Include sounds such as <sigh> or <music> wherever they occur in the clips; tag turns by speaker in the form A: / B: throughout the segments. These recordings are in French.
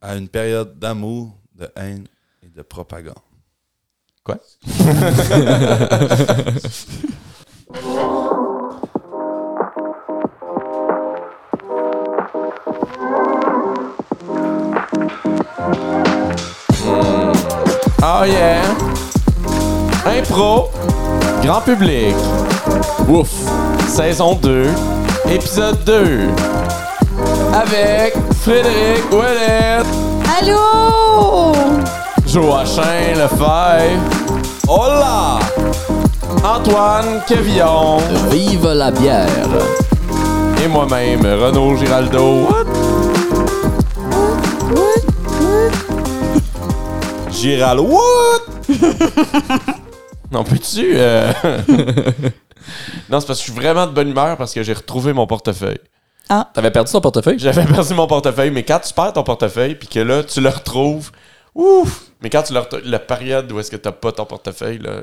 A: à une période d'amour, de haine et de propagande.
B: Quoi? <laughs> Oh yeah! Impro, grand public. Ouf! Saison 2, épisode 2. Avec Frédéric Ouellet,
C: Allô!
B: Joachim Lefebvre, Hola! Antoine Kevillon
D: Vive la bière.
B: et moi-même, Renaud Giraldo.
A: Giral, what?
B: Non, peux-tu. euh, non, c'est parce que je suis vraiment de bonne humeur parce que j'ai retrouvé mon portefeuille.
D: T'avais perdu ton portefeuille?
B: J'avais perdu mon portefeuille, mais quand tu perds ton portefeuille puis que là, tu le retrouves, ouf! Mais quand tu le retrouves, la période où est-ce que t'as pas ton portefeuille, là.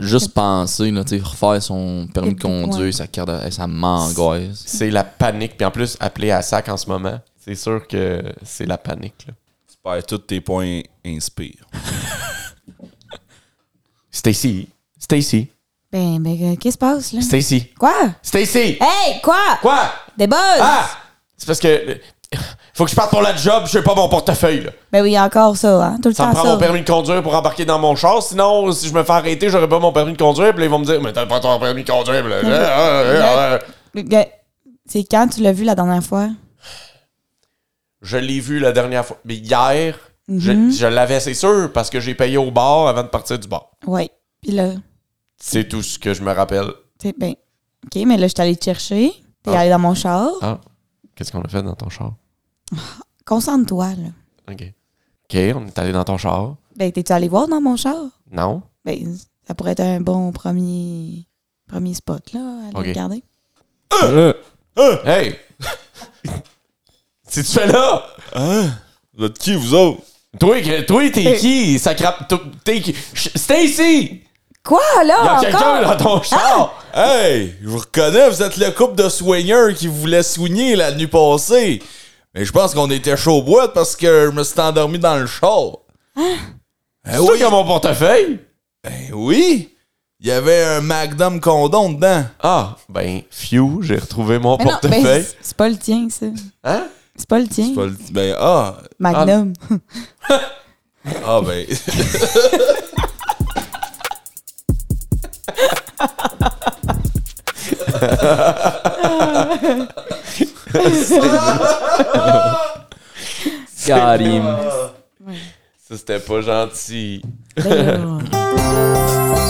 D: Juste penser, là, tu sais, refaire son permis de
C: Ouais.
D: conduire, sa carte de... hey, ça m'angoisse.
B: c'est la panique. Puis en plus, appelé à sac en ce moment, c'est sûr que c'est la panique. là.
A: Tu perds tous tes points inspire.
B: Stacy. Stacy.
C: Ben, ben, euh, qu'est-ce qui se passe, là?
B: Stacy.
C: Quoi?
B: Stacy!
C: Hey, quoi?
B: Quoi?
C: Des buzz!
B: Ah! C'est parce que. euh, Faut que je parte pour la job, je pas mon portefeuille. là.
C: Ben oui, encore ça, hein? Tout le
B: Ça me
C: temps
B: prend
C: ça.
B: mon permis de conduire pour embarquer dans mon char. Sinon, si je me fais arrêter, j'aurais pas mon permis de conduire. Puis là, ils vont me dire Mais t'as pas ton permis de conduire. puis là, Ah, ah, ah, ah.
C: Le gars, ben, C'est quand tu l'as vu la dernière fois?
B: Je l'ai vu la dernière fois. Mais hier, je, je l'avais, c'est sûr, parce que j'ai payé au bar avant de partir du bar.
C: Ouais. Puis là,
B: C'est tout ce que je me rappelle.
C: tu sais, ben, OK, mais là, je suis allée te chercher. T'es
B: Ah.
C: allée dans mon char.
B: Ah, qu'est-ce qu'on a fait dans ton char?
C: Concentre-toi, là.
B: OK. OK, on est allé dans ton char.
C: Ben, t'es-tu allé voir dans mon char?
B: Non?
C: Ben, ça pourrait être un bon premier, premier spot, là, à aller
B: Ok.
C: regarder.
B: Euh. <laughs> Hey! si tu fais là!
A: Vous êtes qui, vous autres?
B: Toi, que- toi
C: Euh.
B: t'es qui? Ça crappe. toi, T'es qui? Ch- Stacy!
C: Quoi, là?
B: Y'a quelqu'un
C: Ah, Encore?
B: dans ton char!
A: Hey, je vous reconnais, vous êtes le couple de soigneurs qui voulait soigner la nuit passée. Mais je pense qu'on était chaud boîte parce que je me suis endormi dans le char. Eh
B: C'est toi
A: oui,
B: qui as mon portefeuille?
A: eh oui. Il y avait un Magnum condom dedans.
B: Ah, ben, phew, j'ai retrouvé mon
C: Mais non, ben,
B: portefeuille.
C: c'est- c'est pas le tien, ça.
B: Hein?
C: C'est pas le tien.
A: C'est pas le- Ben, ah,
C: Magnum. <laughs>
A: ah ben. <laughs>
D: Karim.
B: Ça, c'était pas gentil.
C: Ben, là,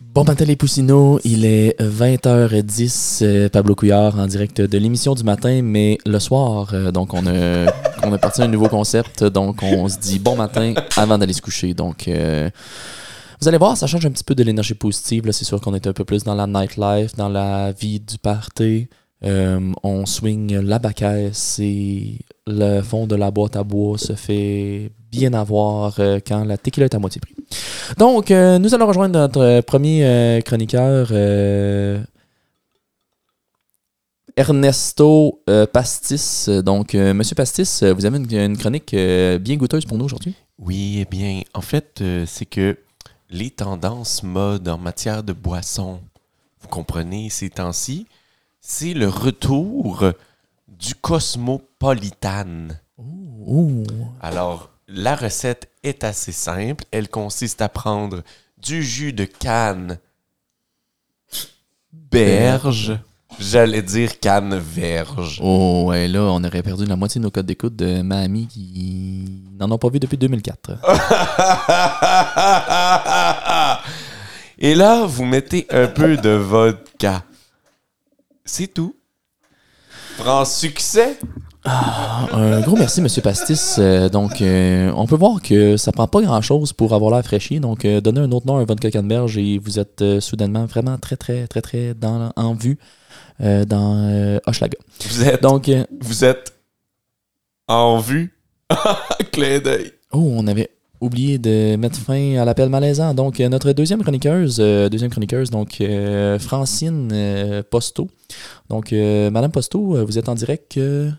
D: Bon matin les Poussinos, il est 20h10, euh, Pablo Couillard en direct de l'émission du matin, mais le soir, euh, donc on a, on a parti à un nouveau concept, donc on se dit bon matin avant d'aller se coucher, donc... euh, vous allez voir, ça change un petit peu de l'énergie positive. là. C'est sûr qu'on est un peu plus dans la nightlife, dans la vie du party. Euh, on swing la bacaisse et le fond de la boîte à bois se fait bien avoir euh, quand la tequila est à moitié prix. Donc, euh, nous allons rejoindre notre euh, premier euh, chroniqueur, euh, Ernesto euh, Pastis. Donc, euh, Monsieur Pastis, euh, vous avez une, une chronique euh, bien goûteuse pour nous aujourd'hui.
B: Oui, eh bien, en fait, euh, c'est que les tendances mode en matière de boissons, vous comprenez ces temps-ci, c'est le retour du cosmopolitan. Alors, la recette est assez simple. Elle consiste à prendre du jus de canne berge. J'allais dire canne verge.
D: Oh, ouais, là, on aurait perdu la moitié de nos codes d'écoute de ma amie qui n'en ont pas vu depuis 2004.
B: Et là, vous mettez un peu de vodka. C'est tout. Prends succès.
D: Ah, Un gros merci, Monsieur Pastis. Euh, donc, euh, on peut voir que ça prend pas grand-chose pour avoir l'air fraîchi. Donc, euh, donnez un autre nom à un vodka canneberge et vous êtes euh, soudainement vraiment très, très, très, très dans, en vue euh, dans euh, Hochelaga.
B: Vous êtes,
D: Donc, euh,
B: vous êtes en vue. <laughs> Clin d'œil.
D: oh, on avait... oublié de mettre fin à l'appel malaisant. Donc, euh, notre deuxième chroniqueuse, euh, deuxième chroniqueuse, donc euh, Francine euh, Posteau. Donc, euh, Madame Posteau, euh, vous êtes en direct. euh,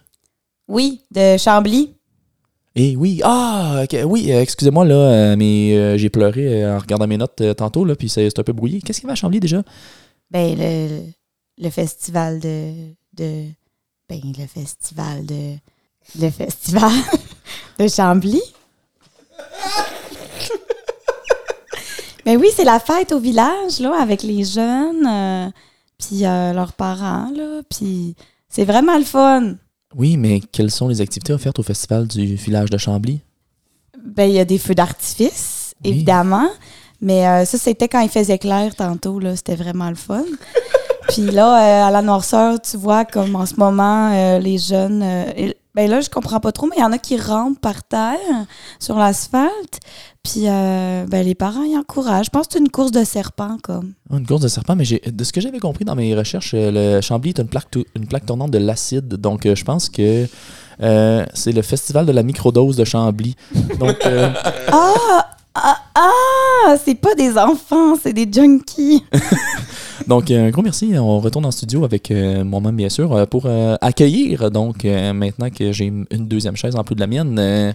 C: Oui, de Chambly.
D: Eh oui, ah, ok, oui, euh, excusez-moi, là, euh, mais euh, j'ai pleuré euh, en regardant mes notes euh, tantôt, là, puis c'est c'est un peu brouillé. Qu'est-ce qu'il y avait à Chambly déjà?
C: Ben, le, le festival de, de. Ben, le festival de. Le festival <laughs>
A: <laughs>
C: de Chambly. Ben oui, c'est la fête au village, là, avec les jeunes, euh, puis euh, leurs parents, là. Puis c'est vraiment le fun.
D: Oui, mais quelles sont les activités offertes au festival du village de Chambly?
C: Ben, il y a des feux d'artifice,
D: Oui.
C: évidemment. Mais euh, ça, c'était quand il faisait clair tantôt, là. C'était vraiment le fun. Puis là, euh, à la noirceur, tu vois, comme en ce moment, euh, les jeunes. euh, et- ben là, je comprends pas trop, mais il y en a qui rampent par terre sur l'asphalte. Puis euh, ben, les parents y encouragent. Je pense que c'est une course de serpent, comme.
D: Ah, une course de serpent, mais j'ai- de ce que j'avais compris dans mes recherches, euh, le Chambly est une plaque, tou- une plaque tournante de l'acide. Donc, euh, je pense que euh, c'est le festival de la microdose de Chambly. Donc, euh,
C: Ah! Ah! ah! C'est pas des enfants, c'est des junkies.
D: donc euh, un gros merci. On retourne en studio avec euh, moi-même, bien sûr, euh, pour euh, accueillir, donc, euh, maintenant que j'ai une deuxième chaise en plus de la mienne, euh,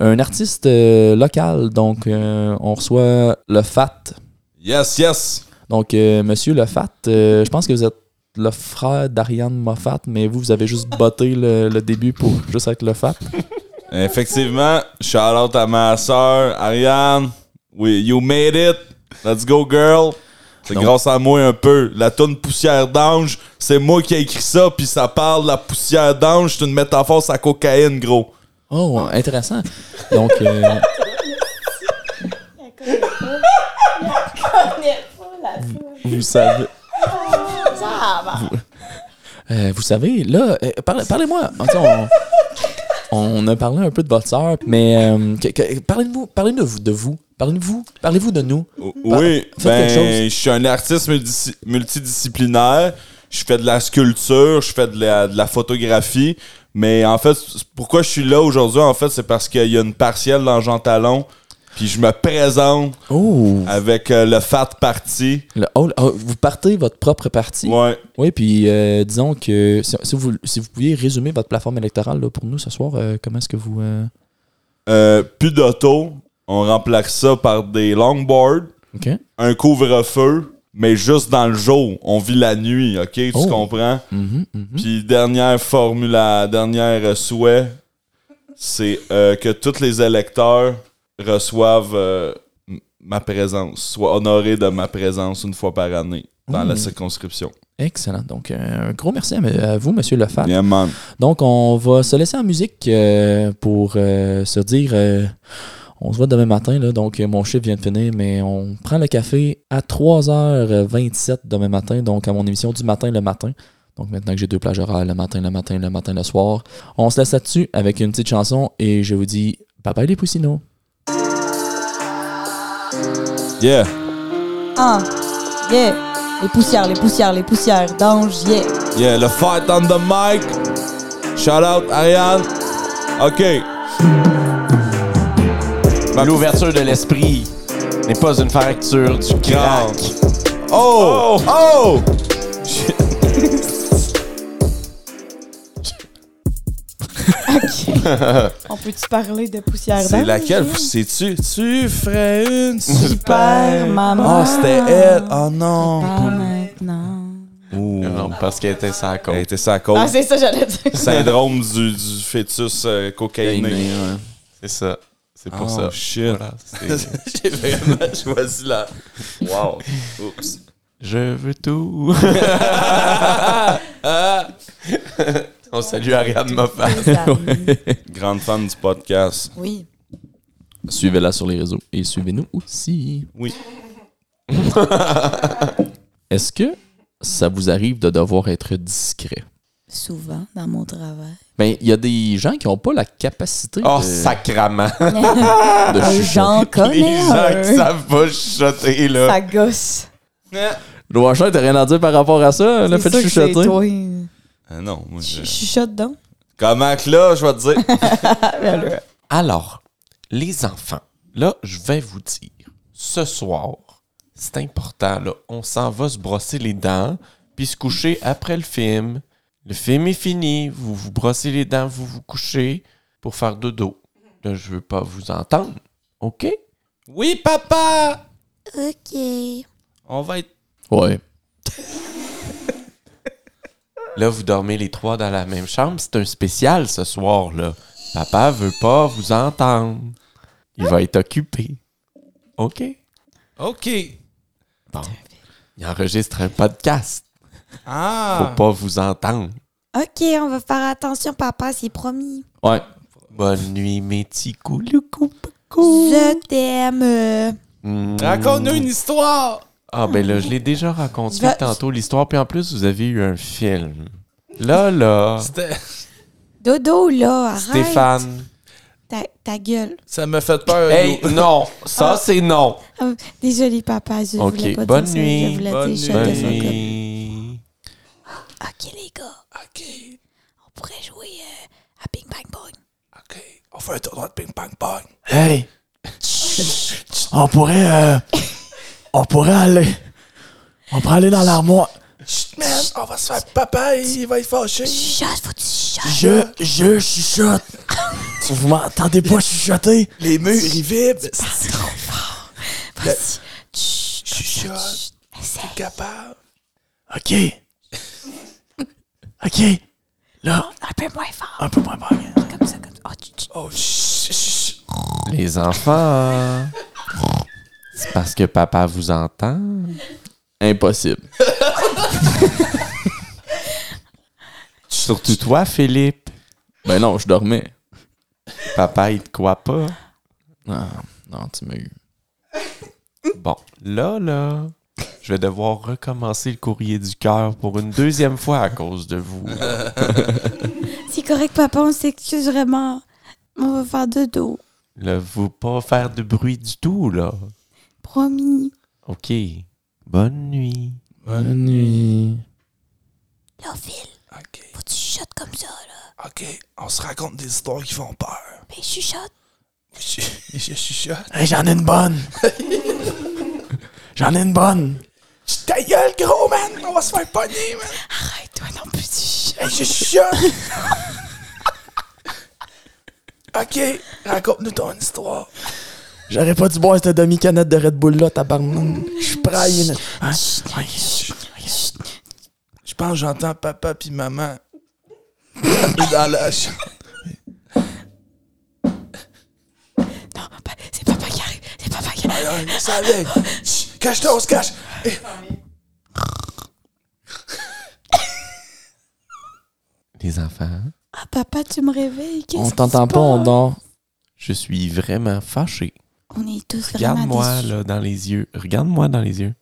D: un artiste euh, local. Donc, euh, on reçoit le FAT.
A: Yes, yes.
D: Donc, euh, monsieur Le Fat, euh, je pense que vous êtes le frère d'Ariane Moffat, mais vous, vous avez juste botté le, le début pour juste être Le Fat.
A: Effectivement, shout out à ma soeur, Ariane. Oui, you made it. Let's go, girl. C'est
D: Donc-
A: grâce à moi un peu. La toune Poussière d'Ange, c'est moi qui ai écrit ça, puis ça parle de la poussière d'ange. C'est une métaphore à cocaïne, gros.
D: Oh, intéressant. Donc, euh, vous savez. Vous, euh, vous savez, là, euh, parle- parlez-moi. En fait, on- on, a parlé un peu de votre sœur, mais euh, que- que- parlez-nous parlez de vous. De vous. Parlez-vous parlez de nous.
A: O- Oui,
D: Ah, faites quelque
A: ben,
D: chose.
A: je suis un artiste multi- multidisciplinaire. Je fais de la sculpture, je fais de la, de la photographie. Mais en fait, c'est- pourquoi je suis là aujourd'hui, en fait, c'est parce qu'il y a une partielle dans Jean Talon. Puis je me présente
D: Oh,
A: avec euh, le Fat Party.
D: Le- oh, le- oh, vous partez votre propre parti.
A: Ouais.
D: Oui, puis euh, disons que si, si vous, si vous pouviez résumer votre plateforme électorale là, pour nous ce soir, euh, comment est-ce que vous. euh,
A: Euh, plus d'auto. On remplace ça par des longboards,
D: OK.
A: un couvre-feu, mais juste dans le jour. On vit la nuit, OK? Tu
D: Oh.
A: comprends?
D: Mhm, mhm.
A: Puis dernière formule, à- dernière euh, souhait, c'est euh, que tous les électeurs reçoivent euh, m- ma présence, soient honorés de ma présence une fois par année dans
D: Mm.
A: la circonscription.
D: Excellent. Donc, euh, un gros merci à, me- à vous, monsieur Lefebvre.
A: Yeah, man.
D: Donc, on va se laisser en musique euh, pour euh, se dire. euh, on se voit demain matin, là, donc euh, mon chiffre vient de finir, mais on prend le café à 3h27 demain matin, donc à mon émission du matin le matin. Donc maintenant que j'ai deux plages horaires, le matin, le matin, le matin, le soir. On se laisse là-dessus avec une petite chanson et je vous dis bye bye les poussinots.
A: Yeah.
C: Ah! Yeah! Les poussières, les poussières, les poussières d'ange, yeah!
A: Yeah, le fight on the mic. Shout out, Ariane. OK. Ma-
B: L'ouverture de l'esprit n'est pas une fracture du
A: Grand.
B: crack.
A: Oh! Oh! <laughs>
C: On peut-tu parler de poussière
A: C'est
C: d'ange?
A: laquelle? C'est-tu? Tu ferais une
C: Super maman.
A: Oh, c'était elle. Oh non.
C: Pas maintenant.
A: Ouh.
B: Non, parce qu'elle était sans compte.
A: Elle était sa
C: Ah,
A: cause.
C: c'est ça, j'allais dire.
A: Syndrome du, du fœtus euh, cocaïné.
B: C'est ça. C'est pour
A: Oh,
B: ça.
A: shit.
B: Voilà, <laughs> c'est-
A: J'ai vraiment choisi la. Wow. Oups.
B: Je veux
E: <laughs>
B: tout. On salue Ariane Moffat.
A: Grande fan du podcast.
C: Oui.
D: Suivez-la sur les réseaux et suivez-nous aussi.
A: Oui.
D: <laughs> Est-ce que ça vous arrive de devoir être discret?
C: Souvent, dans mon travail.
D: Ben, il y a des gens qui n'ont pas la capacité
B: Oh,
D: de-
B: sacrament.
D: de chuchoter.
C: J'en connais
B: Les gens qui
C: un.
B: savent pas chuchoter, là.
C: Ça gosse.
D: Le Wachon, t'as rien à dire par rapport à ça, le fait de
C: C'est sûr que c'est
D: chuchoter.
C: toi.
A: Ah non, moi je.
C: Ch- Chuchote donc.
A: Comment que là, je vais te dire.
B: Alors, les enfants,
E: Là, je vais vous dire, ce soir, c'est important, là, on s'en va se brosser les dents, puis se coucher après le film. Le film est fini, vous vous brossez les dents, vous vous couchez pour faire dodo. Là, je veux pas vous entendre, OK? Oui, papa!
C: Ok.
E: On va être
D: Ouais.
E: Là, vous dormez les trois dans la même chambre. C'est un spécial ce soir, là. Papa veut pas vous entendre. Il va être occupé. OK? OK. Bon. Il enregistre un podcast. Faut
A: Ah!
E: pas vous entendre.
C: Ok, on va faire attention, papa, c'est promis.
D: Ouais.
E: Bonne nuit, mes petits couloucoucou.
C: Je t'aime.
E: Mm.
A: Raconte-nous une histoire!
E: Ah, ben là, je l'ai déjà raconté
F: Va-
E: tantôt, l'histoire. Puis en plus, vous avez eu un film. Là, là,
A: C'était-
C: Dodo, là, arrête.
E: Stéphane.
C: Ta, ta gueule.
A: Ça me fait
B: Euh,
A: peur.
E: Hey, non! Ça, c'est non!
C: Oh, désolé, papa, je
E: Ok,
C: voulais pas
E: bonne
C: dire ça,
E: nuit.
C: Je voulais
A: Bonne
C: dire
A: Shut
E: Bonne
A: the fuck
C: shut the fuck up.
E: nuit.
C: Ok, les gars. Ok. On pourrait jouer euh, à Bing Bang Bang.
A: OK, on fait un tournoi de ping-pong-pong.
D: Hey! on pourrait. euh, on pourrait aller. On pourrait aller dans l'armoire.
A: Chut, man, on va se faire papa il va être fâché.
C: Chuchote, faut que tu chuchotes.
D: Je,
C: <laughs>
D: je chuchote. Vous m'entendez pas chuchoter?
A: Les murs, ils vibrent.
C: Parle trop fort. Vas-y. Chut,
A: Chuchote,
C: chut. Essaye. <laughs>
A: capable.
D: OK. OK. Là,
C: Un peu moins fort.
D: un peu moins bon.
C: Comme ça, comme ça. Oh, chut, chut.
A: Oh, chut, chut.
E: Les enfants, c'est parce que papa vous entend.
D: Impossible.
E: Surtout toi, Philippe.
D: Ben non, je dormais.
E: Papa, il te croit pas.
D: Non, Ah, non, tu m'as eu.
E: Bon, là, là, je vais devoir recommencer le courrier du cœur pour une deuxième fois à cause de vous.
C: C'est correct, papa, on s'excuse vraiment. On va faire dodo.
E: Là, vous pas faire de bruit du tout, là.
C: Promis.
E: OK. Bonne nuit.
D: Bonne nuit.
C: Là, Phil,
A: OK,
C: faut que tu chuchotes comme ça, là.
A: OK, on se raconte des histoires qui font peur.
C: Mais chuchote.
A: Je, <laughs> je chuchote.
D: Hey, j'en ai
A: <laughs>
D: une bonne. j'en ai une bonne.
A: Chut, Ta gueule, gros man, on va se faire pogner, man.
C: Arrête, toi non plus, tu chuchotes.
A: Hey, je chuchote. <laughs> OK, raconte-nous ton histoire.
D: J'aurais pas dû boire cette demi-canette de Red Bull là, tabarnak. Je suis prêt à y aller. Hein? Ouais.
A: Je pense que j'entends papa puis maman. dans la chambre.
C: Non, pa- c'est papa qui arrive. C'est papa qui arrive.
A: Ah, je savais. Chut, Cache-toi, on se cache.
E: Les enfants,
C: Ah, papa, tu me réveilles. Qu'est-ce
D: On
C: qui
D: t'entend
C: se
D: pas, on
C: passe?
D: dort.
E: je suis vraiment fâché.
C: On est tous vraiment
E: Regarde-moi,
C: déçus.
E: là, dans les yeux. Regarde-moi dans les yeux.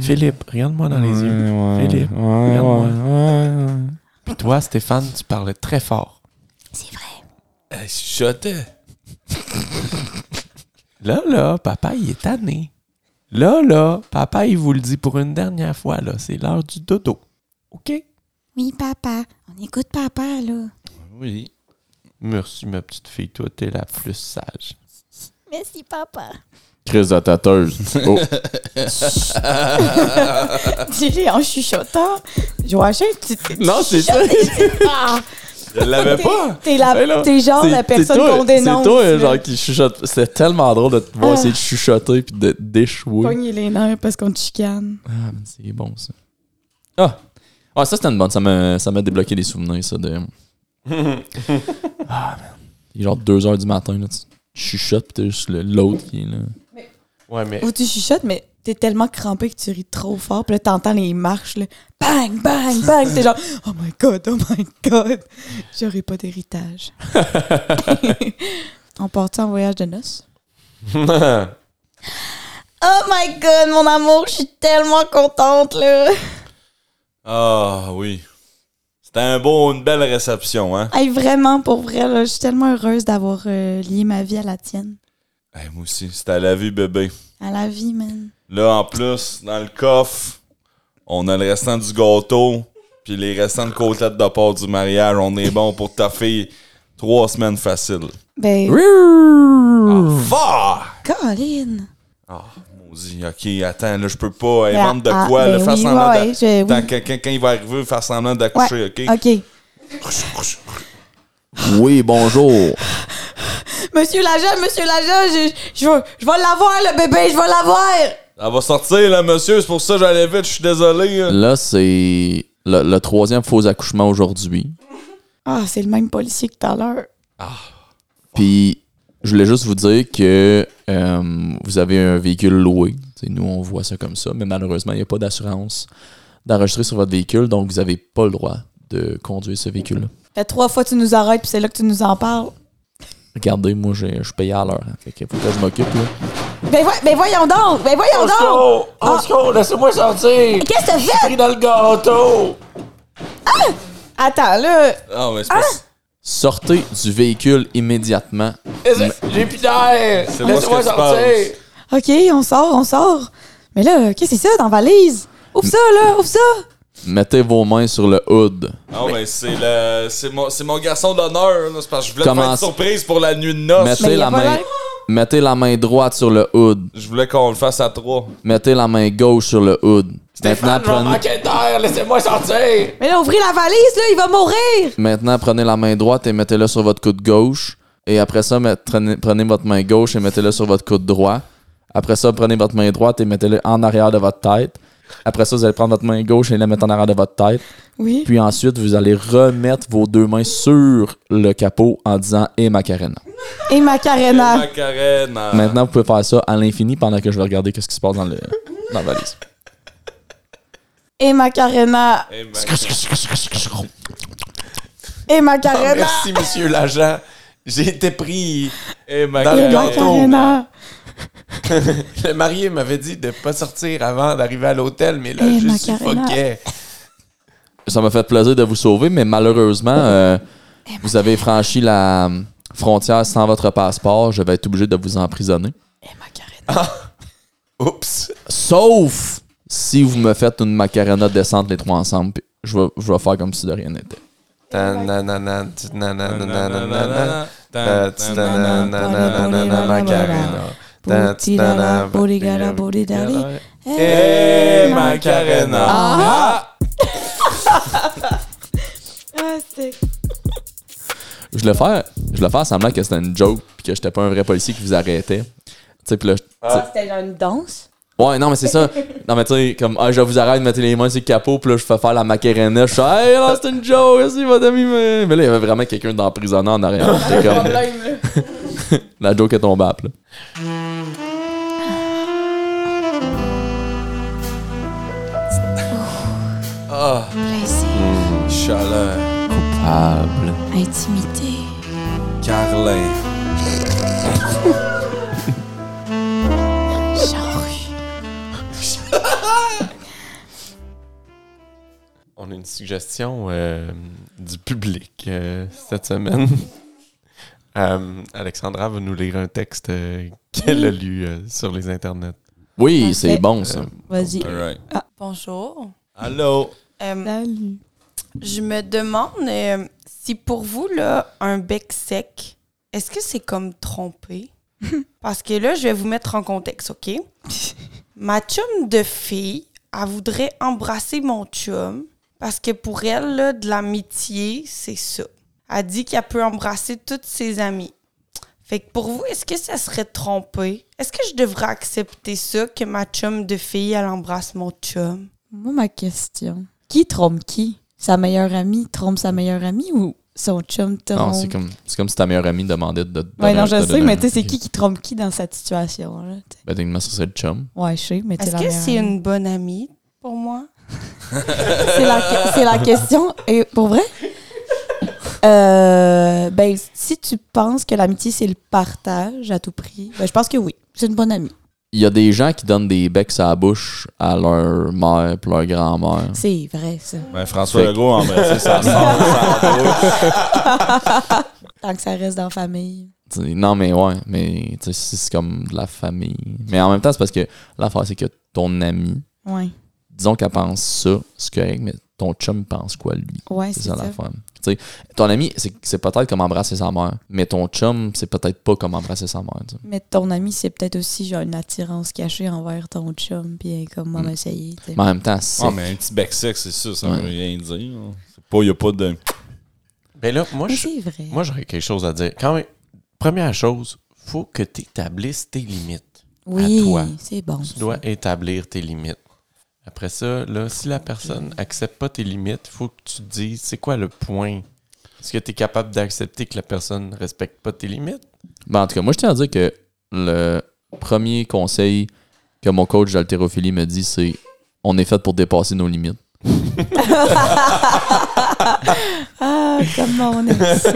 E: Philippe, regarde-moi dans les yeux. Philippe, regarde-moi.
D: regarde-moi.
E: Puis toi, Stéphane, tu parlais très fort.
C: C'est vrai.
A: Ah, Je chuchotais.
E: Là, là, papa, il est tanné. Là, là, papa, il vous le dit pour une dernière fois, là. C'est l'heure du dodo. OK?
C: Oui, papa. On écoute papa, là.
A: Oui.
E: Merci, ma petite fille. Toi, t'es la plus sage.
C: Merci, papa.
D: Crise de tâteuse. <laughs> Oh.
F: Dis-le en chuchotant. Joachim, tu t'es
D: non, c'est ça.
F: Ah!
A: Je l'avais pas.
F: T'es la-
D: Ben là,
F: t'es genre
D: C'est-
F: la
D: c'est
F: personne
D: toi-
F: qu'on dénonce.
D: C'est toi, hein,
F: là.
D: genre, qui chuchote. C'est tellement drôle de te voir
F: Ah.
D: essayer de chuchoter puis de d'échouer.
F: Pognez les nerfs parce qu'on te chicane.
D: Ah, mais c'est bon, ça. Ah! Ah, ça, c'était une bonne. Ça m'a ça m'a débloqué des souvenirs, ça, <laughs> de... ah, man. Il est genre 2 heures du matin, là, tu chuchotes pis t'as juste le- l'autre qui est là.
E: Ouais, mais
F: Ou tu chuchotes, mais t'es tellement crampé que tu ris trop fort. Puis là, t'entends les marches, là. Bang, bang, bang. T'es genre, oh my god, oh my god. J'aurai
D: <laughs>
F: pas d'héritage. On part en voyage de noces?
C: Oh my god, mon amour, je suis tellement contente, là.
A: Ah oui. C'était un beau, une belle réception, hein?
F: Hey, vraiment, pour vrai, là, je suis tellement heureuse d'avoir euh, lié ma vie à la tienne.
A: Eh, moi aussi, c'était à la vie, bébé.
F: À la vie, man.
A: Là, en plus, dans le coffre, on a le restant du gâteau, puis les restants de côtelettes de porc du mariage. On est bon pour ta fille. Trois semaines faciles.
C: Ben,
A: Ah, fuck!
C: Colin!
A: Ah, maudit. Ok, attends, là, je peux pas
C: Ben,
A: inventer
C: ah,
A: de quoi. là,
C: ben
A: faire
C: oui,
A: semblant
C: ouais,
A: d'a-
C: je- oui.
A: Attends, quand, quand- quand il va arriver, faire semblant d'accoucher, ok?
C: OK.
D: Oui, bonjour.
C: Monsieur l'agent, monsieur l'agent, je, je, vais- je vais l'avoir, le bébé, je vais l'avoir!
A: Elle va sortir, là, monsieur, c'est pour ça que j'allais vite, je suis désolé. hein.
D: Là, c'est le, le troisième faux accouchement aujourd'hui.
C: Ah, c'est le même policier que tout à l'heure.
D: Puis, je voulais juste vous dire que euh, vous avez un véhicule loué. Tu sais, nous, on voit ça comme ça, mais malheureusement, il n'y a pas d'assurance d'enregistrer sur votre véhicule, donc vous n'avez pas le droit de conduire ce véhicule-là.
C: Fait trois fois que tu nous arrêtes, puis c'est là que tu nous en parles.
D: Regardez, moi, j'ai- je suis payé à l'heure. hein. Fait que faut que je m'occupe, là.
C: Ben, voi- ben voyons donc! Ben voyons donc!
G: Oh, oh, laissez-moi sortir!
C: Qu'est-ce que t'as fait?
G: Pris dans le gâteau!
C: Attends, là,
A: Ah, mais c'est pas-
D: Sortez du véhicule immédiatement.
G: Laissez- J'ai plus d'air!
A: C'est moi ce que
G: Laissez-moi
A: tu penses.
G: sortir!
C: OK, on sort, on sort. Mais là, qu'est-ce que c'est ça dans la valise? Ouvre ça, là, ouvre ça!
D: Mettez vos mains sur le hood.
A: Ah, mais c'est le. C'est mon, c'est mon garçon d'honneur, là. C'est parce que je voulais te faire une
D: Commence.
A: surprise pour la nuit de noces.
C: Mais
D: Mettez
C: y a
D: la,
C: pas
D: main,
C: l'air.
D: mettez la main droite sur le hood.
A: Je voulais qu'on le fasse à trois.
D: Mettez la main gauche sur le hood. Maintenant
G: Stéphane, je vais
D: prenez,
G: manquer d'air! Laissez-moi sortir!
C: Mais là, ouvrez la valise, là, il va mourir!
D: maintenant, prenez la main droite et mettez-la sur votre coude gauche. Et après ça, met- prenez, prenez votre main gauche et mettez-la sur votre coude droit. Après ça, prenez votre main droite et mettez-la en arrière de votre tête. Après ça, vous allez prendre votre main gauche et la mettre en arrière de votre tête.
C: Oui.
D: Puis ensuite, vous allez remettre vos deux mains sur le capot en disant et Macarena.
C: Et Macarena.
A: Macarena.
D: Maintenant, vous pouvez faire ça à l'infini pendant que je vais regarder qu'est-ce qui se passe dans, le, dans la valise.
C: Et Macarena.
A: Eh, Macarena.
C: Et
B: Ah,
C: Macarena.
B: merci, monsieur l'agent. J'ai été pris.
A: Eh,
B: Dans
C: Et
B: le
A: Macarena.
B: gâteau.
C: Macarena.
B: <laughs> Le marié m'avait dit de pas sortir avant d'arriver à l'hôtel, mais là,
C: Eh,
B: je
C: Macarena.
B: suffoquais.
D: Ça m'a fait plaisir de vous sauver, mais malheureusement, euh, vous avez franchi la hum, frontière sans votre passeport. Je vais être obligé de vous emprisonner.
C: Et Macarena.
B: Oups.
D: Sauf si vous me faites une Macarena descente les trois ensemble. puis Je vais, je vais faire comme si de rien n'était.
B: Ta-na-na-na, ta-na-na-na-na-na,
A: Ta- ta- ta-
B: ta-na-na-na-na-na,
C: Ah,
B: Macarena. Ta-ta-na-na,
C: Bodhigala, bodhigala.
A: Eh, Macarena.
C: Ah, c'est.
D: Je le fais, je le fais semblant que c'était une joke puis que j'étais pas un vrai policier qui vous arrêtait. Tu sais, puis là, je- tu sais,
E: C'était genre une danse.
D: Ouais, non, mais c'est ça. Non, mais tu sais, comme, ah, je vous arrête, mettez les mains sur le capot, puis là, je fais faire la macarena. Je suis, hey, là, c'est une joke, merci, votre ami, mais. Mais là, il y avait vraiment quelqu'un d'emprisonnant en arrière. J'étais comme. la joke est tombée à plat.
E: Plaisir.
D: Mm-hmm.
A: Chaleur.
B: Coupable.
E: Intimité.
A: Carlin.
E: Charrue.
B: On a une suggestion euh, du public euh, cette semaine. <laughs> Euh, Alexandra va nous lire un texte euh, qu'elle a lu euh, sur les internets.
D: Oui, c'est
C: Parfait.
D: bon, ça.
C: Vas-y.
A: Alright.
H: Bonjour.
A: Allô?
H: Euh,
C: Salut.
H: je me demande euh, si pour vous, là, un bec sec, est-ce que c'est comme tromper? Parce que là, je vais vous mettre en contexte, OK? Ma chum de fille, elle voudrait embrasser mon chum parce que pour elle, là, de l'amitié, c'est ça. Elle dit qu'elle peut embrasser toutes ses amies. Fait que pour vous, est-ce que ça serait tromper? Est-ce que je devrais accepter ça, que ma chum de fille, elle embrasse mon chum?
C: Moi, ma question. Qui trompe qui? Sa meilleure amie trompe sa meilleure amie ou son chum trompe?
D: Non, c'est comme, c'est comme si ta meilleure amie demandait de. de
C: Ouais,
D: donner-
C: non, je
D: de
C: sais,
D: donner
C: mais
D: un-
C: tu sais, c'est qui qui trompe qui dans cette situation, là? tu sais?
D: Ben, techniquement, ça, c'est le chum.
C: Ouais, je sais, mais tu sais,
H: Est-ce
C: la
H: que
C: meilleure
H: c'est
C: amie.
H: une bonne amie pour moi?
C: C'est la, que- c'est la question. Et pour vrai? Euh, ben, si tu penses que l'amitié, c'est le partage à tout prix, ben, je pense que oui. C'est une bonne amie.
D: Il y a des gens qui donnent des becs à la bouche à leur mère puis leur grand-mère.
C: C'est vrai, ça.
A: Ben, François
D: Fait que-
A: Legault a embrassé sa sœur, sa bouche.
C: Tant que ça reste dans la famille.
D: Tu sais, Non, mais ouais, mais tu sais, c'est c'est comme de la famille. Mais en même temps, c'est parce que l'affaire, c'est que ton ami
C: Ouais.
D: disons qu'elle pense ça, c'est correct, mais ton chum pense quoi, lui?
C: Ouais,
D: C'est
C: c'est
D: ça la
C: ça.
D: femme. Tu sais, ton ami, c'est c'est peut-être comme embrasser sa mère, mais ton chum, c'est peut-être pas comme embrasser sa mère. tu sais.
C: Mais ton ami, c'est peut-être aussi genre une attirance cachée envers ton chum, puis elle est comme, moi,
D: Mm.
C: ben, ça y est. tu sais.
D: Mais en même temps, c'est.
A: Ah, mais un petit bec sec, c'est ça, ça
D: Ouais.
A: veut rien dire. C'est pas, y a pas de.
B: Ben là, moi,
C: Mais
B: je,
C: c'est vrai.
B: moi, j'aurais quelque chose à dire. Quand même, première chose, faut que tu établisses tes limites.
C: oui,
B: toi.
C: c'est
A: <laughs>
C: bon.
B: Tu dois établir tes limites. Après ça, là, si la personne accepte pas tes limites, il faut que tu te dises c'est quoi le point. Est-ce que tu es capable d'accepter que la personne ne respecte pas tes limites?
D: Ben, en tout cas, moi, je tiens à dire que le premier conseil que mon coach d'haltérophilie me dit, c'est on est fait pour dépasser nos limites.
C: Ah, comment on aime ça.